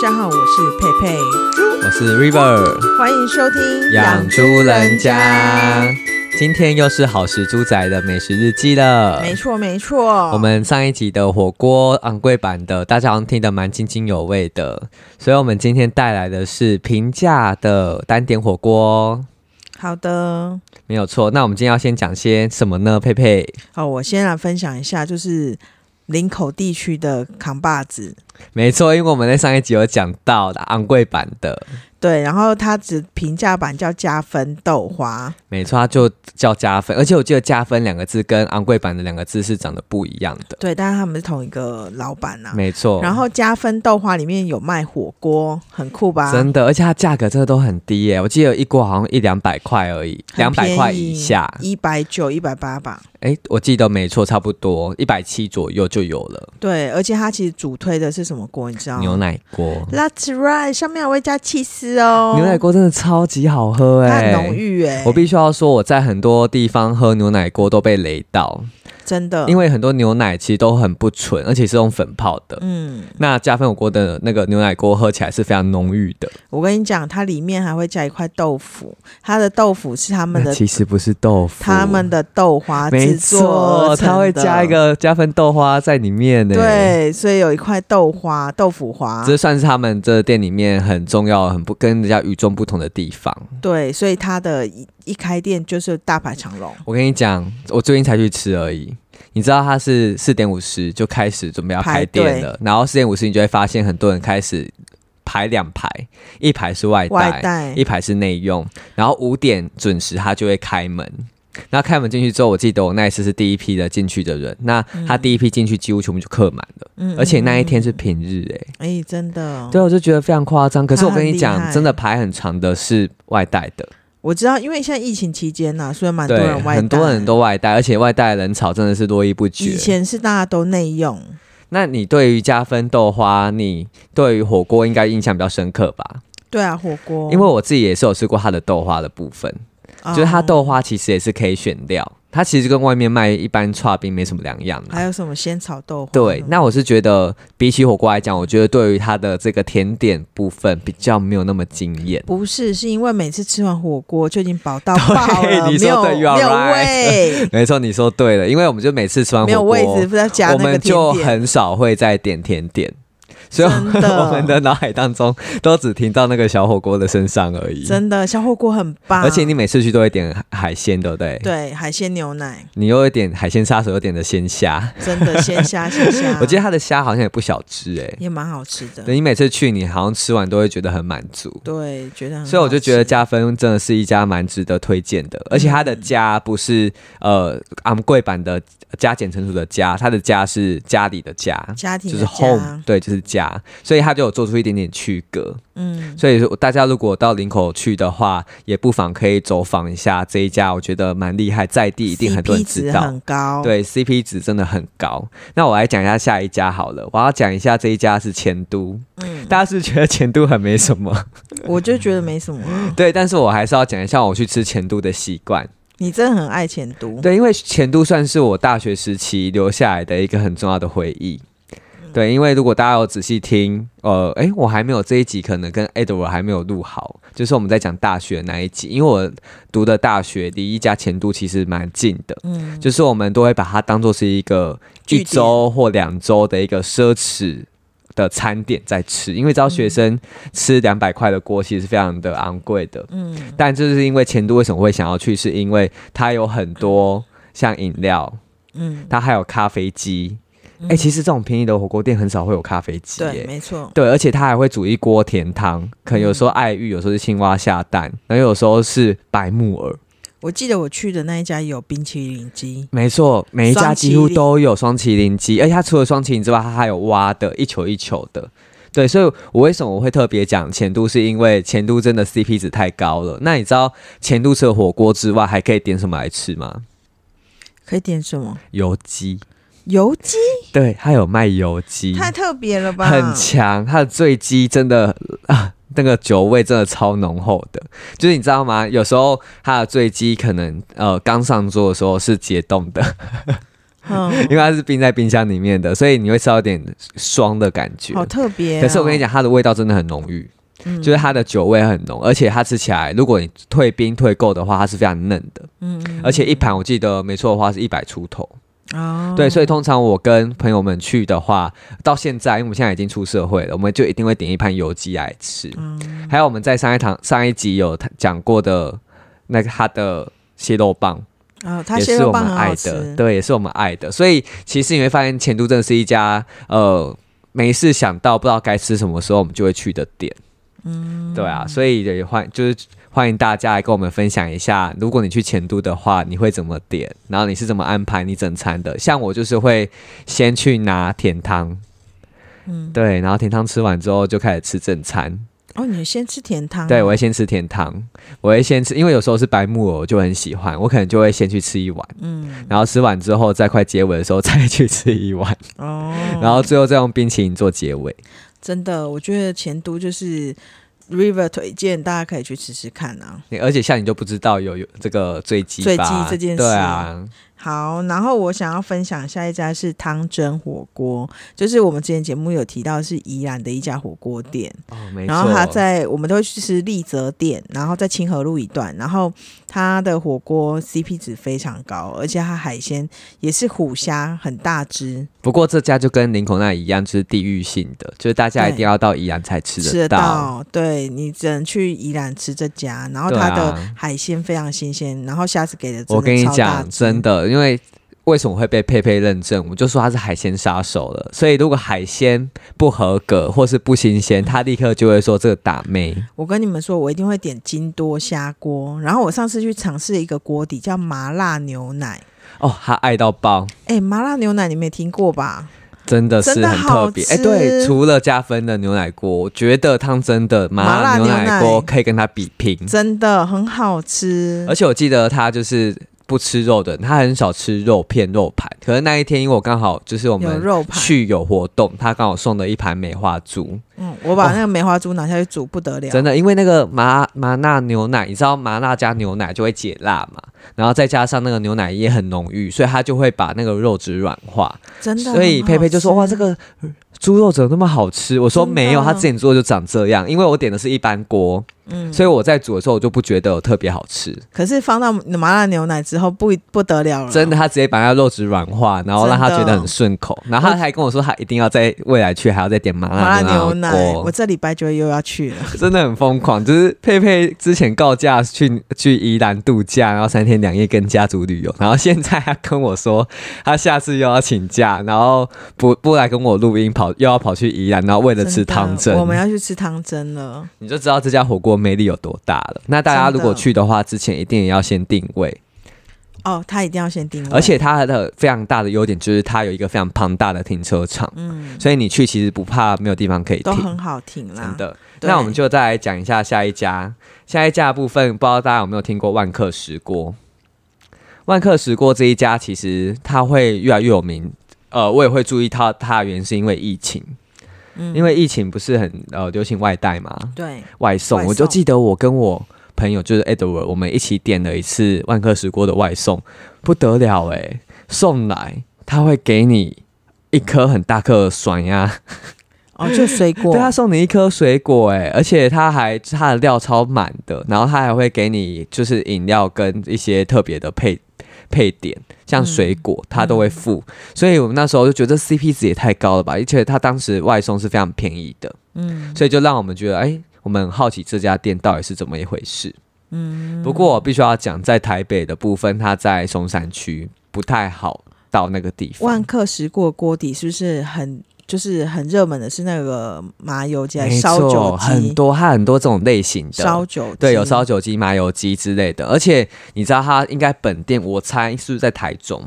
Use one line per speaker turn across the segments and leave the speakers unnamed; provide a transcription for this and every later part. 家好，我是佩佩，
我是 River，
欢迎收听
养猪人家。。今天又是好食猪仔的美食日记了。
没错，没错，
我们上一集的火锅昂贵版的，大家好像听得蛮津津有味的，所以我们今天带来的是平价的单点火锅，
好的。
没有错。那我们今天要先讲些什么呢？佩佩，
好，我先来分享一下，就是林口地区的扛把子。
没错，因为我们在上一集有讲到的昂贵版的，
对，然后它只平价版叫加分豆花，
没错，它就叫加分，而且我记得加分两个字跟昂贵版的两个字是长得不一样的，
对，但是他们是同一个老板呐、
没错。
然后加分豆花里面有卖火锅，很酷吧？
真的，而且它价格真的都很低耶、我记得一锅好像一两百块而已，两百块以下，
一百九、一百八吧。
哎、我记得没错，差不多一百七左右就有了。
对，而且它其实主推的是什么锅，你知道
牛
吗
奶锅，
？That's right，上面还会加气丝哦，
牛奶锅真的超级好喝
它
哎、
很浓郁哎、
我必须要说，我在很多地方喝牛奶锅都被雷到，
真的，
因
为
为很多牛奶其实都很不纯，而且是用粉泡的。
嗯，
那加分火锅的那个牛奶锅喝起来是非常浓郁的，
我跟你讲，它里面还会加一块豆腐，它的豆腐是他们
那
的
其实不是豆腐，
他们的豆花
没
制作
错，
而成的
它会加一。个加分豆花在里面呢、
对，所以有一块豆花、豆腐花，
这算是他们这店里面很重要、很不跟人家与众不同的地方。
对，所以它的一一开店就是大排长龙，
我跟你讲，我最近才去吃而已。你知道它是四点五十就开始准备要开
排队
店了，然后四点五十你就会发现很多人开始排两排，一排是外带，
外带
一排是内用，然后五点准时它就会开门。那开门进去之后，我记得我那一次是第一批的进去的人，那他第一批进去几乎全部就客满了，
嗯，
而且那一天
嗯，
是平日哎、
哎、真的，
对，我就觉得非常夸张。可是
他
我跟
很
你
厉
讲，
害
真的排很长的是外带的，
我知道，因为现在疫情期间呐、所以蛮多
对，
人外带，
很多人都外带，而且外带的人潮真的是络绎不
以
绝。
前是大家都内用，
那你对于加分豆花，你对于火锅应该印象比较深刻吧？
对啊，火锅，
因为我自己也是有吃过它的豆花的部分，就是它
哦
豆花其实也是可以选料，它其实跟外面卖一般串冰没什么两样啦。啊
还有什么仙草豆花什么的，
对，那我是觉得比起火锅来讲，我觉得对于它的这个甜点部分比较没有那么惊艳。
不是，是因为每次吃完火锅就已经饱到爆了，没
你说
有
对
没
，you are
有
right
位，
没错，你说对了，因为我们就每次吃完
没
火
有
锅，
位置，不知道加
我
那个
们
甜
就
点。
很少会再点甜点，所以我
真的
我们的脑海当中都只停到那个小火锅的身上而已。
真的，小火锅很棒，
而且你每次去都会点海海鲜，对不对？
对海鲜牛奶，
你又会点海鲜杀手，又点的鲜虾。
真的鲜虾鲜虾，
我记得它的虾好像也不小只哎、
也蛮好吃的。
对你每次去，你好像吃完都会觉得很满足。
对，觉得很好吃，
嗯所以我就觉得加分真的是一家蛮值得推荐
嗯
的，而且它的加不是呃昂贵版的加减乘除的加，它的加是家里的家，
家庭
就
的
是
家
home，对，就是家，所以它就有做出一点点区隔。
嗯，
所以说大家如果到林口去的话，也不妨可以走访一下这一家，我觉得蛮厉害，在地一定很多人
CP 值
知道。
很高，，
对，CP 值真的很高。那我来讲一下下一家好了，我要讲一下这一家是前都，
嗯，
大家是不是觉得前都很没什么，
我就觉得没什么啊。
对，但是我还是要讲一下我去吃前都的习惯。
你真的很爱前都，
对，因为前都算是我大学时期留下来的一个很重要的回忆。对，因为如果大家有仔细听，呃，诶，我还没有这一集可能跟 Edward 还没有录好，就是我们在讲大学那一集，因为我读的大学离一家前都其实蛮近的，
嗯，
就是我们都会把它当做是一个
据
一
点
周或两周的一个奢侈的餐点在吃，因为知道学生吃两百块的锅其实是非常的昂贵的，
嗯，
但这是因为前都为什么会想要去，是因为它有很多像饮料，
嗯，
它还有咖啡机。哎、
嗯
其实这种便宜的火锅店很少会有咖啡机、
对，
耶。
没错，
对，而且它还会煮一锅甜汤，可能有
嗯
时候爱玉，有时候是青蛙下蛋，然后有时候是白木耳。
我记得我去的那一家有冰淇淋机，
没错，每一家
双麒
几乎
麟
都有双麒麟鸡，而且它除了双麒麟之外，它还有蛙的，一球一球的。对，所以我为什么会特别讲前都，是因为前都真的 CP 值太高了。那你知道前都除了火锅之外，还可以点什么来吃吗？
可以点什么？
油鸡，
油鸡
对，它有卖油鸡，
太特别了吧？
很强，它的醉鸡真的啊，那个酒味真的超浓厚的。就是你知道吗？有时候它的醉鸡可能呃刚上桌的时候是解冻的，
嗯，
因为它是冰在冰箱里面的，所以你会吃到一点霜的感觉。
好特别、啊
可是我跟你，讲，它的味道真的很浓郁，
嗯
就是它的酒味很浓，而且它吃起来，如果你退冰退够的话，它是非常嫩的，
嗯，嗯
而且一盘我记得没错的话是一百出头。
哦，
对，所以通常我跟朋友们去的话，到现在，因为我们现在已经出社会了，我们就一定会点一盘油鸡来吃。
嗯
还有我们在上一堂上一集有讲过的那个它的蟹肉棒，
啊，它
也
蟹
是
肉
我
棒
们
很好
爱
吃，
的，对，也是我们爱的。所以其实你会发现，前都真的是一家呃没事想到不知道该吃什么时候，我们就会去的店。嗯，对啊，所以也欢就是欢迎大家来跟我们分享一下，如果你去前都的话，你会怎么点？然后你是怎么安排你整餐的？像我就是会先去拿甜汤，
嗯，
对，然后甜汤吃完之后就开始吃正餐。
哦，你先吃甜汤，
对，我会先吃甜汤，我会先吃，因为有时候是白木耳，我就很喜欢，我可能就会先去吃一碗，
嗯，
然后吃完之后，在快结尾的时候再去吃一碗，
哦，
然后最后再用冰淇淋做结尾。
真的，我觉得前都就是 River 推荐，大家可以去吃吃看啊。
你而且像你就不知道有有这个醉鸡
醉
吧
鸡这件
对
事
啊，
好，然后我想要分享下一家是汤蒸火锅，就是我们之前节目有提到是宜兰的一家火锅店，
哦，没错。
然后他在我们都会去吃丽泽店，然后在清河路一段，然后它的火锅 CP 值非常高，而且它海鲜也是虎虾很大只，
不过这家就跟林口那一样，就是地域性的，就是大家一
对
定要到宜兰才吃
吃得
到。
到，对你只能去宜兰吃这家，然后
对
它的
啊
海鲜非常新鲜，然后虾子给的真
我跟
的
你
超大
讲，
只，
真的，因为为什么会被佩佩认证？我就说他是海鲜杀手了，所以如果海鲜不合格或是不新鲜，他立刻就会说这个打妹。
我跟你们说，我一定会点金多虾锅，然后我上次去尝试一个锅底叫麻辣牛奶，
哦，他爱到爆，
哎，麻辣牛奶你没听过吧？
真的是
真的
很特别。
好
哎、
吃
对，除了加分的牛奶锅，我觉得汤真的麻
麻辣
辣牛
牛
奶
奶
锅可以跟他比拼。
真的很好吃
嗯而，且我记得他就是不吃肉的人，他很少吃肉片、肉盘。可是那一天，因为我刚好就是我
有
们
肉排。
去有活动，他刚好送了一盘梅花猪，
嗯，我
哦
把那个梅花猪拿下去煮，不得了。
真的，因为那个麻麻辣牛奶，你知道麻辣加牛奶就会解辣嘛，然后再加上那个牛奶也很浓郁，所以它就会把那个肉质软化。
真的很好吃。
所以佩佩就说：“哇，这个猪肉怎么那么好吃？”我说：“
真的
没有，它之前做就长这样，因为我点的是一般锅，
嗯，
所以我在煮的时候我就不觉得有特别好吃。
可是放到麻辣牛奶之后，不不得了了。
真的，他直接把它肉质软化，然后让他觉得很顺口。然后他还跟我说，他一定要在未来去还要再点麻
麻
辣
辣牛奶，我
锅，
这礼拜就又要去了。
真的很疯狂。就是佩佩之前告假去去宜兰度假，然后三天两夜跟家族旅游，然后现在他跟我说，他下次又要请假，然后不不来跟我录音，跑又要跑去宜兰，然后为了吃
真的
汤蒸，
我们要去吃汤蒸了。
你就知道这家火锅魅力有多大了。那大家如果
真的
去的话，之前一定也要先定位。
哦，他一定要先定位，
而且它的非常大的优点就是它有一个非常庞大的停车场，
嗯，
所以你去其实不怕没有地方可以
都
停，
很好听啦
真。的。
对
那我们就再来讲一下下一家，下一家的部分不知道大家有没有听过万客石锅？万客石锅这一家其实它会越来越有名，呃，我也会注意它它的原因是因为疫情，
嗯
因为疫情不是很呃流行外带嘛，
对，
外送，
外送
我就记得我跟我朋友就是 Edward，我们一起点了一次万科石锅的外送，不得了哎、送来他会给你一颗很大颗的酸呀，
哦，就水果
对，啊他送你一颗水果哎、而且他还他的料超满的，然后他还会给你就是饮料跟一些特别的配。配点像水果，他都会付，所以我们那时候就觉得 CP 值也太高了吧，而且他当时外送是非常便宜的，
嗯
所以就让我们觉得，哎、我们很好奇这家店到底是怎么一回事。嗯，不过我必须要讲，在台北的部分，它在松山区不太好到那个地
万
方。
客石锅锅底是不是很就是很热门的？是那个麻油鸡、还是
没
烧
错，
酒鸡、
很多它很多这种类型的
烧酒鸡
对，有烧酒鸡、麻油鸡之类的。而且你知道，它应该本店，我猜是不是在台中？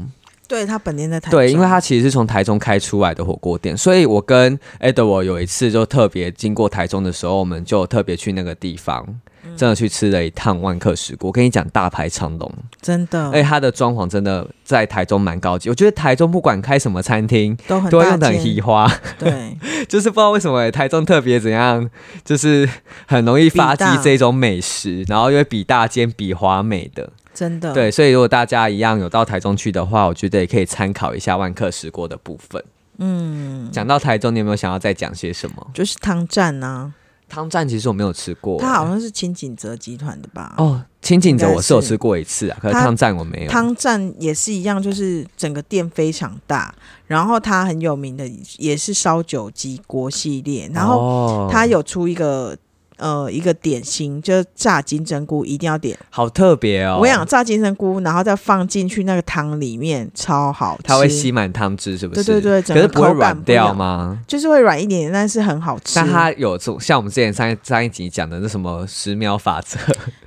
对，他本店在台
对，
中
因为它其实是从台中开出来的火锅店，所以我跟 Edward 有一次就特别经过台中的时候，我们就特别去那个地方，
嗯
真的去吃了一趟万客石锅。我跟你讲，大排长龙，
真的，
而且它的装潢真的在台中蛮高级。我觉得台中不管开什么餐厅，
都很
都会用
大
的很
间
移花，
对，
就是不知道为什么、台中特别怎样，就是很容易发迹
比大
这种美食，然后又会比大间比华美的。
真的，
对，所以如果大家一样有到台中去的话，我觉得也可以参考一下万客石锅的部分。嗯，讲到台中，你有没有想要再讲些什么？
就是汤站啊，
汤站其实我没有吃过，
它好像是清景泽集团的吧？
哦，清景泽
应该
我是有
是
吃过一次啊，可是
它
汤站我没有。
汤站也是一样，就是整个店非常大，然后它很有名的也是烧酒鸡锅系列，然后
后
它有出一个。呃，一个点心就是炸金针菇，一定要点。
好特别哦，
我想炸金针菇，然后再放进去那个汤里面，超好吃。
它会吸满汤汁，是不是？
对对对整
可是
个
不会
口感
软
不一样
掉吗？
就是会软一点，但是很好吃。
但它有这种像我们之前上一上一集讲的那什么十秒法则，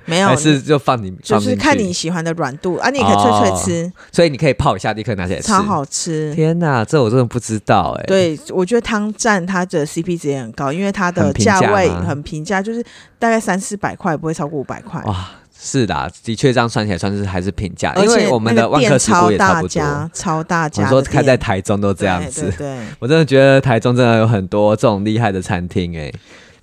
没有
还，是就放你
就
放
是
进
看
去哦
你，喜欢的软度啊，你也可以脆脆吃，
所以你可以泡一下，立刻拿起来吃。
超好吃。
天哪，这我真的不知道哎、，
对，我觉得汤站它的 CP 值也很高，因为它的
很平
价
价
位
吗
很平价，就是大概三四百块，不会超过五百块。
哇，是啦，的确这样算起来算是还是平价，
而
哦因为
且
我们
那
的
个
万
店
科石
超
锅也差
大
不多。
家，超大
我
家的店。
说开在台中都这样子，
对对对
我真的觉得台中真的有很多这种厉害的餐厅哎、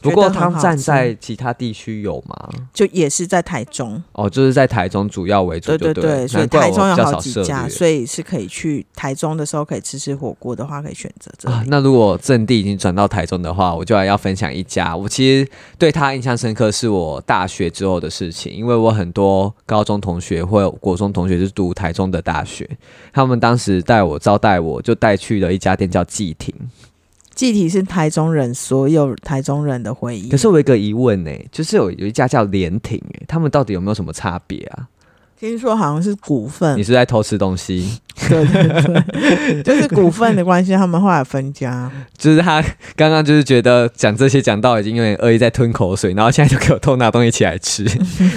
不过
觉得很
汤
好
站
吃
在其他地区有吗？
就也是在台中。
哦，就是在台中主要为主
对
就
对
了
对，所以
难怪
台
我
中有
比较
好
少
几
涉
家，
猎
所以是可以去台中的时候可以吃吃火锅的话，可以选择这
啊，
里。
那如果阵地已经转到台中的话，我就来要分享一家。我其实对他印象深刻，是我大学之后的事情，因为我很多高中同学或国中同学是读台中的大学，他们当时带我招待我，就带去了一家店叫季亭。
季体是台中人所有台中人的回忆。
可是我有一个疑问呢、就是有有一家叫连亭、欸，他们到底有没有什么差别啊？
听说好像是股份
你，是不是在偷吃东西？
对对对，就是股份的关系，他们后来分 家。
就是他刚刚就是觉得讲这些讲到已经有点恶意在吞口水，然后现在就给我偷拿东西起来吃，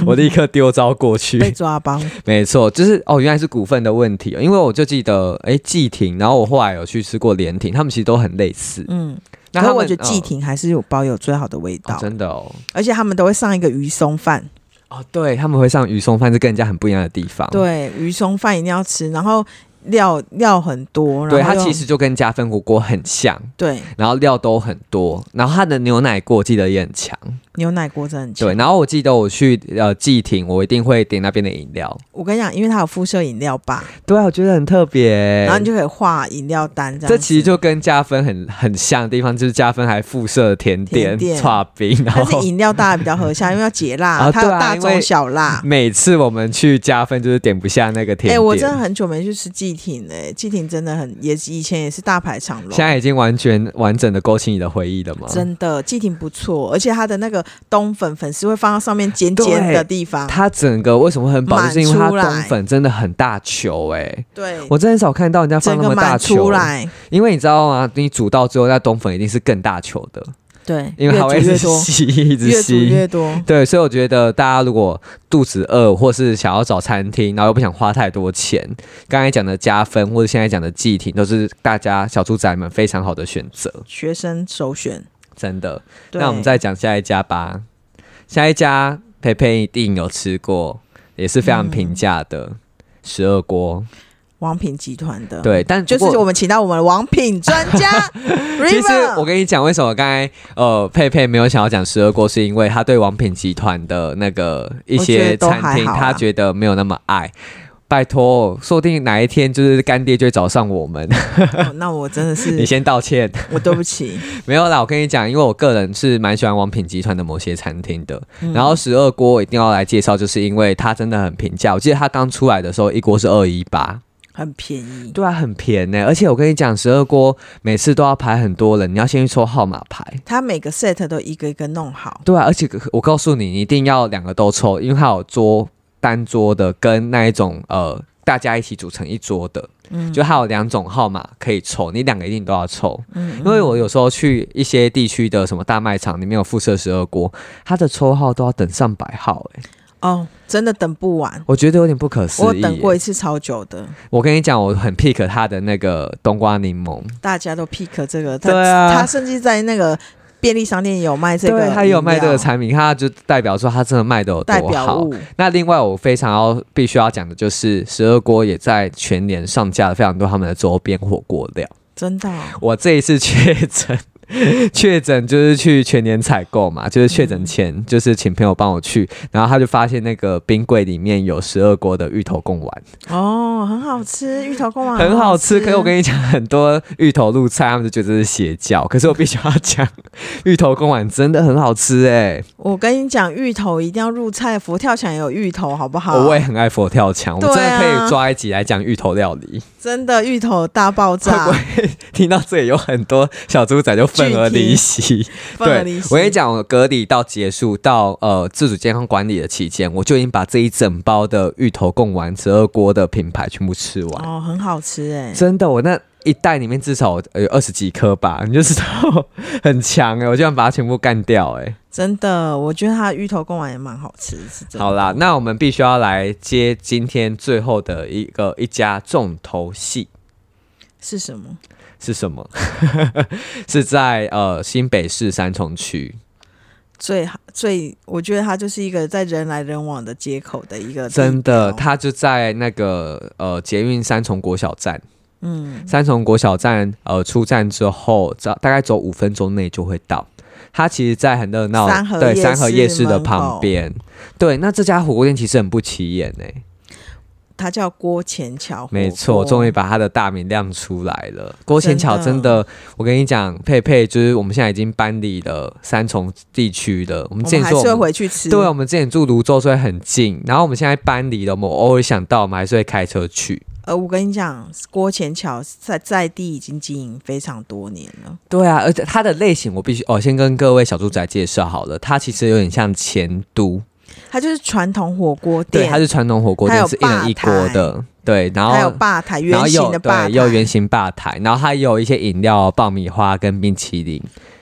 我立刻丢招 过去。
被抓帮，
没错，就是哦，原来是股份的问题哦，因为我就记得，哎，季婷，然后我后来有去吃过连婷，他们其实都很类似。
嗯，
那
然后
他们
我觉得季、
哦
婷还是有包有最好的味道，
哦真的哦，
而且他们都会上一个鱼松饭，
哦，对他们会上鱼松饭是跟人家很不一样的地方。，
对，鱼松饭一定要吃，然后料料很多，
对，
然后
它
又
其实就跟加分火锅很像，
对
然后料都很多，然后它的牛奶锅我记得也很强。
牛奶锅真的很强
对，。然后我记得我去呃季婷，我一定会点那边的饮料。
我跟你讲，因为它有附设饮料吧，
对啊，我觉得很特别。
然后你就可以画饮料单这样子。
啊哎这其实就跟加分很很像的地方，就是加分还附设甜点、
甜 点
刨冰，然
但是
后
饮料大家比较合下，因为要解 辣，
啊
它有
对啊
大
因为
中小辣。
每次我们去加分就是点不下那个甜
哎、
点，
我真的很久没去吃季挺嘞、季挺真的很也以前也是大排长龙
现，在已经完全完整的勾起你的回忆了吗？
真的季挺不错，而且它的那个冬粉粉丝会放到上面尖尖的地方，
它整个为什么会很饱，
满
就是因为它
出来
冬粉真的很大球哎、
对，
我真的很少看到人家啊放
整
那
个
么大
满
球
出，来，
因为你知道吗？你煮到最后，那冬粉一定是更大球的，
对，
因为
越
它
煮
会一直
越多，
吸，一直
越煮
吸。
越多，
对，所以我觉得大家如果肚子饿，或是想要找餐厅，然后又不想花太多钱，刚才讲的加分或者现在讲的季停，都是大家小猪仔们非常好的选择，
学生首选。
真的。
对
那我们再讲下一家吧。下一家培培一定有吃过，也是非常平价
嗯
的十二锅。
王品集团的，，
对，但
嗯就
不过
是我们请到我们的王品专 家
其实我
River，
跟你讲，为什么刚才呃佩佩没有想要讲十二锅，是因为他对王品集团的那个一些餐
我觉得
厅，
都还好啊
他觉得没有那么爱。拜托，说不定哪一天就是干爹就会找上我们，
哦那我真的
你
是
先道歉。
我对不起，
没有啦，我跟你讲，因为我个人是蛮喜欢王品集团的某些餐厅的。然后十二锅我一定要来介绍，就是因为它真的很平价。我记得它刚出来的时候，一锅是二一八，
很便宜，
对啊，很便宜。而且我跟你讲，十二锅每次都要排很多人，你要先去抽号码牌。
他每个 set 都一个一个弄好，
对啊，而且我告诉你，你一定要两个都抽，因为它有桌单桌的跟那一种呃大家一起组成一桌的，
嗯
就它有两种号码可以抽，你两个一定都要抽。
嗯
因为我有时候去一些地区的什么大卖场，里面有附设十二锅，它的抽号都要等上百号、欸，
哦，真的等不完。
我觉得有点不可思
我
议、
有等过
欸
一次超久的，
我跟你讲，我很 pick 它的那个冬瓜柠檬，
大家都 pick 这个，他
对啊
他甚至在那个便利商店也有卖这个饮
对
料，
他也有卖这个产品，它就代表说它真的卖的有
代
多
表
好。
物，
那另外我非常要必须要讲的就是，十二锅也在全年上架了非常多他们的周边火锅料。
真的哦、
我这一次确诊， 确诊就是去全年采购嘛，就是确诊前就是请朋友帮我去，然后他就发现那个冰柜里面有十二锅的芋头贡丸，
哦，很好 吃，芋头贡丸
很好
好
吃。可是我跟你讲，很多芋头露菜他们就觉得这是邪教，可是我必须要讲，芋头贡丸真的很好吃哎、
我跟你讲，芋头一定要入菜，佛跳墙也有芋头，好不好？
我也很爱佛跳墙，我们真
对
的
啊
可以抓一集来讲芋头料理。
真的芋头大爆 炸，
听到这里有很多小猪仔就愤而离席。
凤梨
对
酥，
我跟你，讲，我隔离到结束到呃自主健康管理的期间，我就已经把这一整包的芋头贡丸十二锅的品牌全部吃完。
哦，很好吃哎、
真的，我那一袋里面至少有二十几颗吧， 你就知道很强哎、我居然把它全部干掉哎、
真的，我觉得它的芋头贡丸也蛮好吃，是真的。
好啦，那我们必须要来接今天最后的一个一家重头戏。
是什么？
是什么？ 是在呃新北市三重区，
最好最，我觉得它就是一个在人来人往的街口的一个地
真的，
标
它就在那个呃捷运三重国小站，
嗯，
三重国小站呃出站之后，大大概走五分钟内就会到。它其实，在很热闹，
三合
对
夜
三合
市
夜市的
门
旁
口
边。对，那这家火锅店其实很不起眼哎、
它叫郭前桥火锅，
没错，终于把他的大名亮出来了。郭贤巧真
真
的，我跟你讲，佩佩就是我们现在已经搬离了三重地区了。我们
我
之前
们还是
说我
会
们
回去吃，
对，我啊们之前住泸州，所以很近。然后我们现在搬离了，我们偶尔想到，我们还是会开车去。
呃，我跟你讲，郭前桥在在地已经经营非常多年了，
对啊，而且它的类型我必须哦，先跟各位小猪仔介绍好了，它其实有点像前都，
它就是传统火锅
对，
店，
它是传统火锅
它
店，
有
是一人一锅的，对，然
还有
后。
吧台，
然后
圆形
有
的吧
对，
台，
有圆形吧台，然后它有一些饮料、爆米花跟冰淇淋。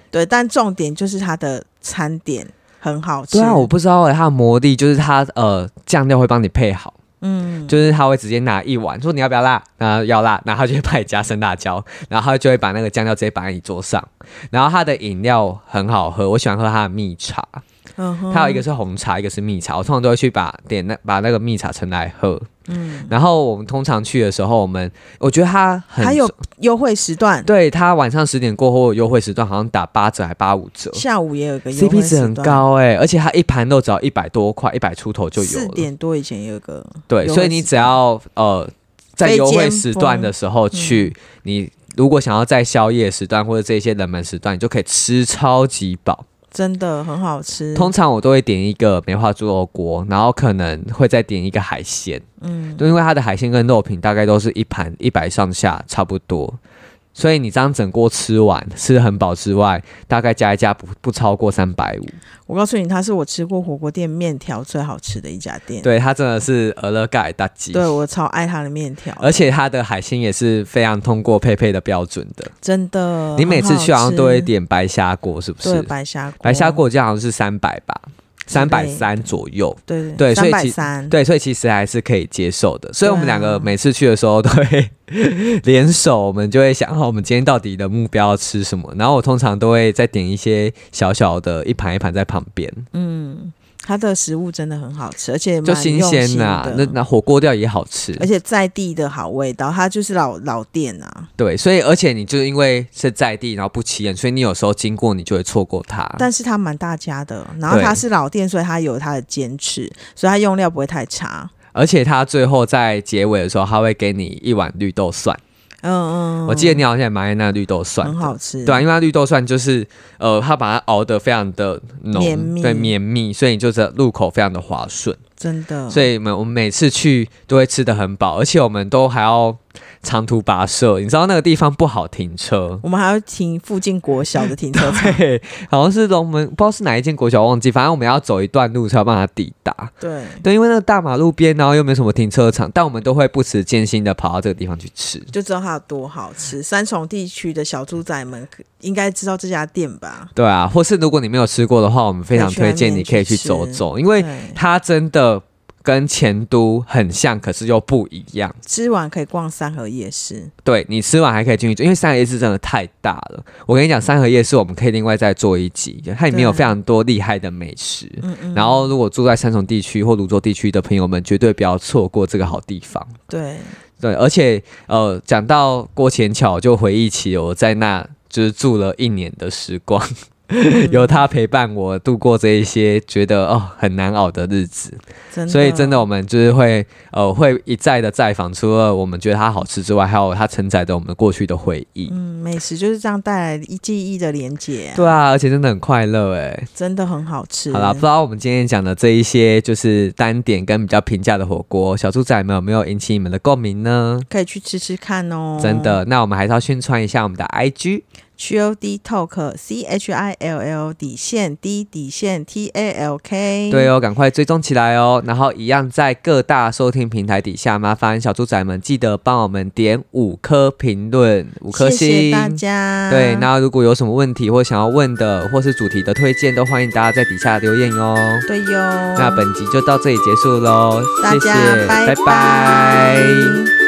对，但重点就是它的餐点很好吃，
对啊，我不知道哎、它的魔力就是它呃酱料会帮你配好，
嗯，
就是他会直接拿一碗，说你要不要辣，那要辣，然后他就会帮你加生辣椒，然后他就会把那个酱料直接摆在你桌上。然后他的饮料很好喝，我喜欢喝他的蜜茶，
嗯哼
他有一个是红茶，一个是蜜茶，我通常都会去把点那把那个蜜茶盛来喝。嗯，然后我们通常去的时候，我们我觉得他很
还有优惠时段，
对他晚上十点过后有优惠时段，好像打八折还八五折。
下午也有一个优惠
CP
时
值很
段，
高哎、而且它一盘肉只要一百多块，一百出头就有
四
了。
点多以前有一个，
对，
优惠
所以你
时
只要呃在
非
优惠
尖
时
峰嗯
段的时候去，你如果想要在宵夜时段或者这些冷门时段，你就可以吃超级饱。
真的很好吃，
通常我都会点一个梅花猪肉锅，然后可能会再点一个海鲜，
嗯，
就因为它的海鲜跟肉品大概都是一盘一百上下差不多。所以你这样整锅吃完，吃得很饱之外，大概加一加不不超过三百五。
我告诉你，它是我吃过火锅店面条最好吃的一家店，
对，它真的是俄勒盖大吉。
对我超爱它的面条，
而且它的海鲜也是非常通过佩佩的标准的。
真的，
你每次去
很
好
好
像
吃
都会点白虾锅，是不
对
是？
白虾锅，
白虾锅价好像是三百吧，三百
类
三左右。
对
对所
三
以
百
其
三，
对，所以其实还是可以接受的。所以我们
对啊
两个每次去的时候都会 联手，我们就会想好哦我们今天到底的目标要吃什么。然后我通常都会再点一些小小的，一盘一盘在旁边，
嗯，它的食物真的很好吃，而且
就
蛮
新
用
鲜
心
呐、
的
那那火锅料也好吃，
而且在地的好味道，它就是老老店啊。
对，所以而且你就是因为是在地，然后不起眼，所以你有时候经过你就会错过它。
但是它蛮大家的，然后它
对
是老店，所以它有它的坚持，所以它用料不会太差。
而且它最后在结尾的时候，它会给你一碗绿豆蒜。
嗯嗯，嗯
我记得你好像也蛮爱那绿豆蒜
很
的。
好吃，
对啊，因为它绿豆蒜就是，呃，它把它熬得非常的浓，
绵密
对绵密，所以你就是入口非常的滑顺。
真的。
所
以
以我们我们每次去都会吃得很饱，而且我们都还要长途跋涉，你知道那个地方不好停车，
我们还要停附近国小的停车 场。
对，好像是龙门，不知道是哪一间国小忘记，反正我们要走一段路才要帮它抵达。
对，
对，因为那个大马路边，然后又没什么停车场，但我们都会不辞艰辛的跑到这个地方去吃。
就知道它有多好吃。三重地区的小猪仔们可应该知道这家店吧？
对啊，或是如果你没有吃过的话，我们非常推荐你可以去走走，因为
对
它真的跟前都很像，可是又不一样。
吃完可以逛三河夜市，
对你吃完还可以进去，因为三合夜市真的太大了。我跟你讲，三合夜市我们可以另外再做一集，它里面有
对
非常多厉害的美食。
嗯嗯，
然后，如果住在三重地区或泸州地区的朋友们，绝对不要错过这个好地方。
对，
对，而且呃，讲到郭前桥，就回忆起我在那就是住了一年的时光，
嗯
有他陪伴我度过这一些觉得哦很难熬的日子。
真的，
所以真的，我们就是会呃会一再的再访，除了我们觉得它好吃之外，还有它承载着我们过去的回忆。
嗯，美食就是这样带来一记忆的连结，
对啊，而且真的很快乐哎。
真的很好吃。欸
好啦，不知道我们今天讲的这一些就是单点跟比较平价的火锅，小猪仔们有没有引起你们的共鸣呢？
可以去吃吃看哦，
真。的，那我们还是要宣传一下我们的 IG。
G O D Talk C H I L L 底线 D 底线 T A L K，
对哦，赶快追踪起来哦。然后一样在各大收听平台底下，麻烦小猪仔们记得帮我们点五颗评论，五颗星。
谢谢大家。
对，那如果有什么问题或想要问的，或是主题的推荐，都欢迎大家在底下留言哦。
对哟，
那本集就到这里结束喽，
大
谢
家
谢，
拜
拜拜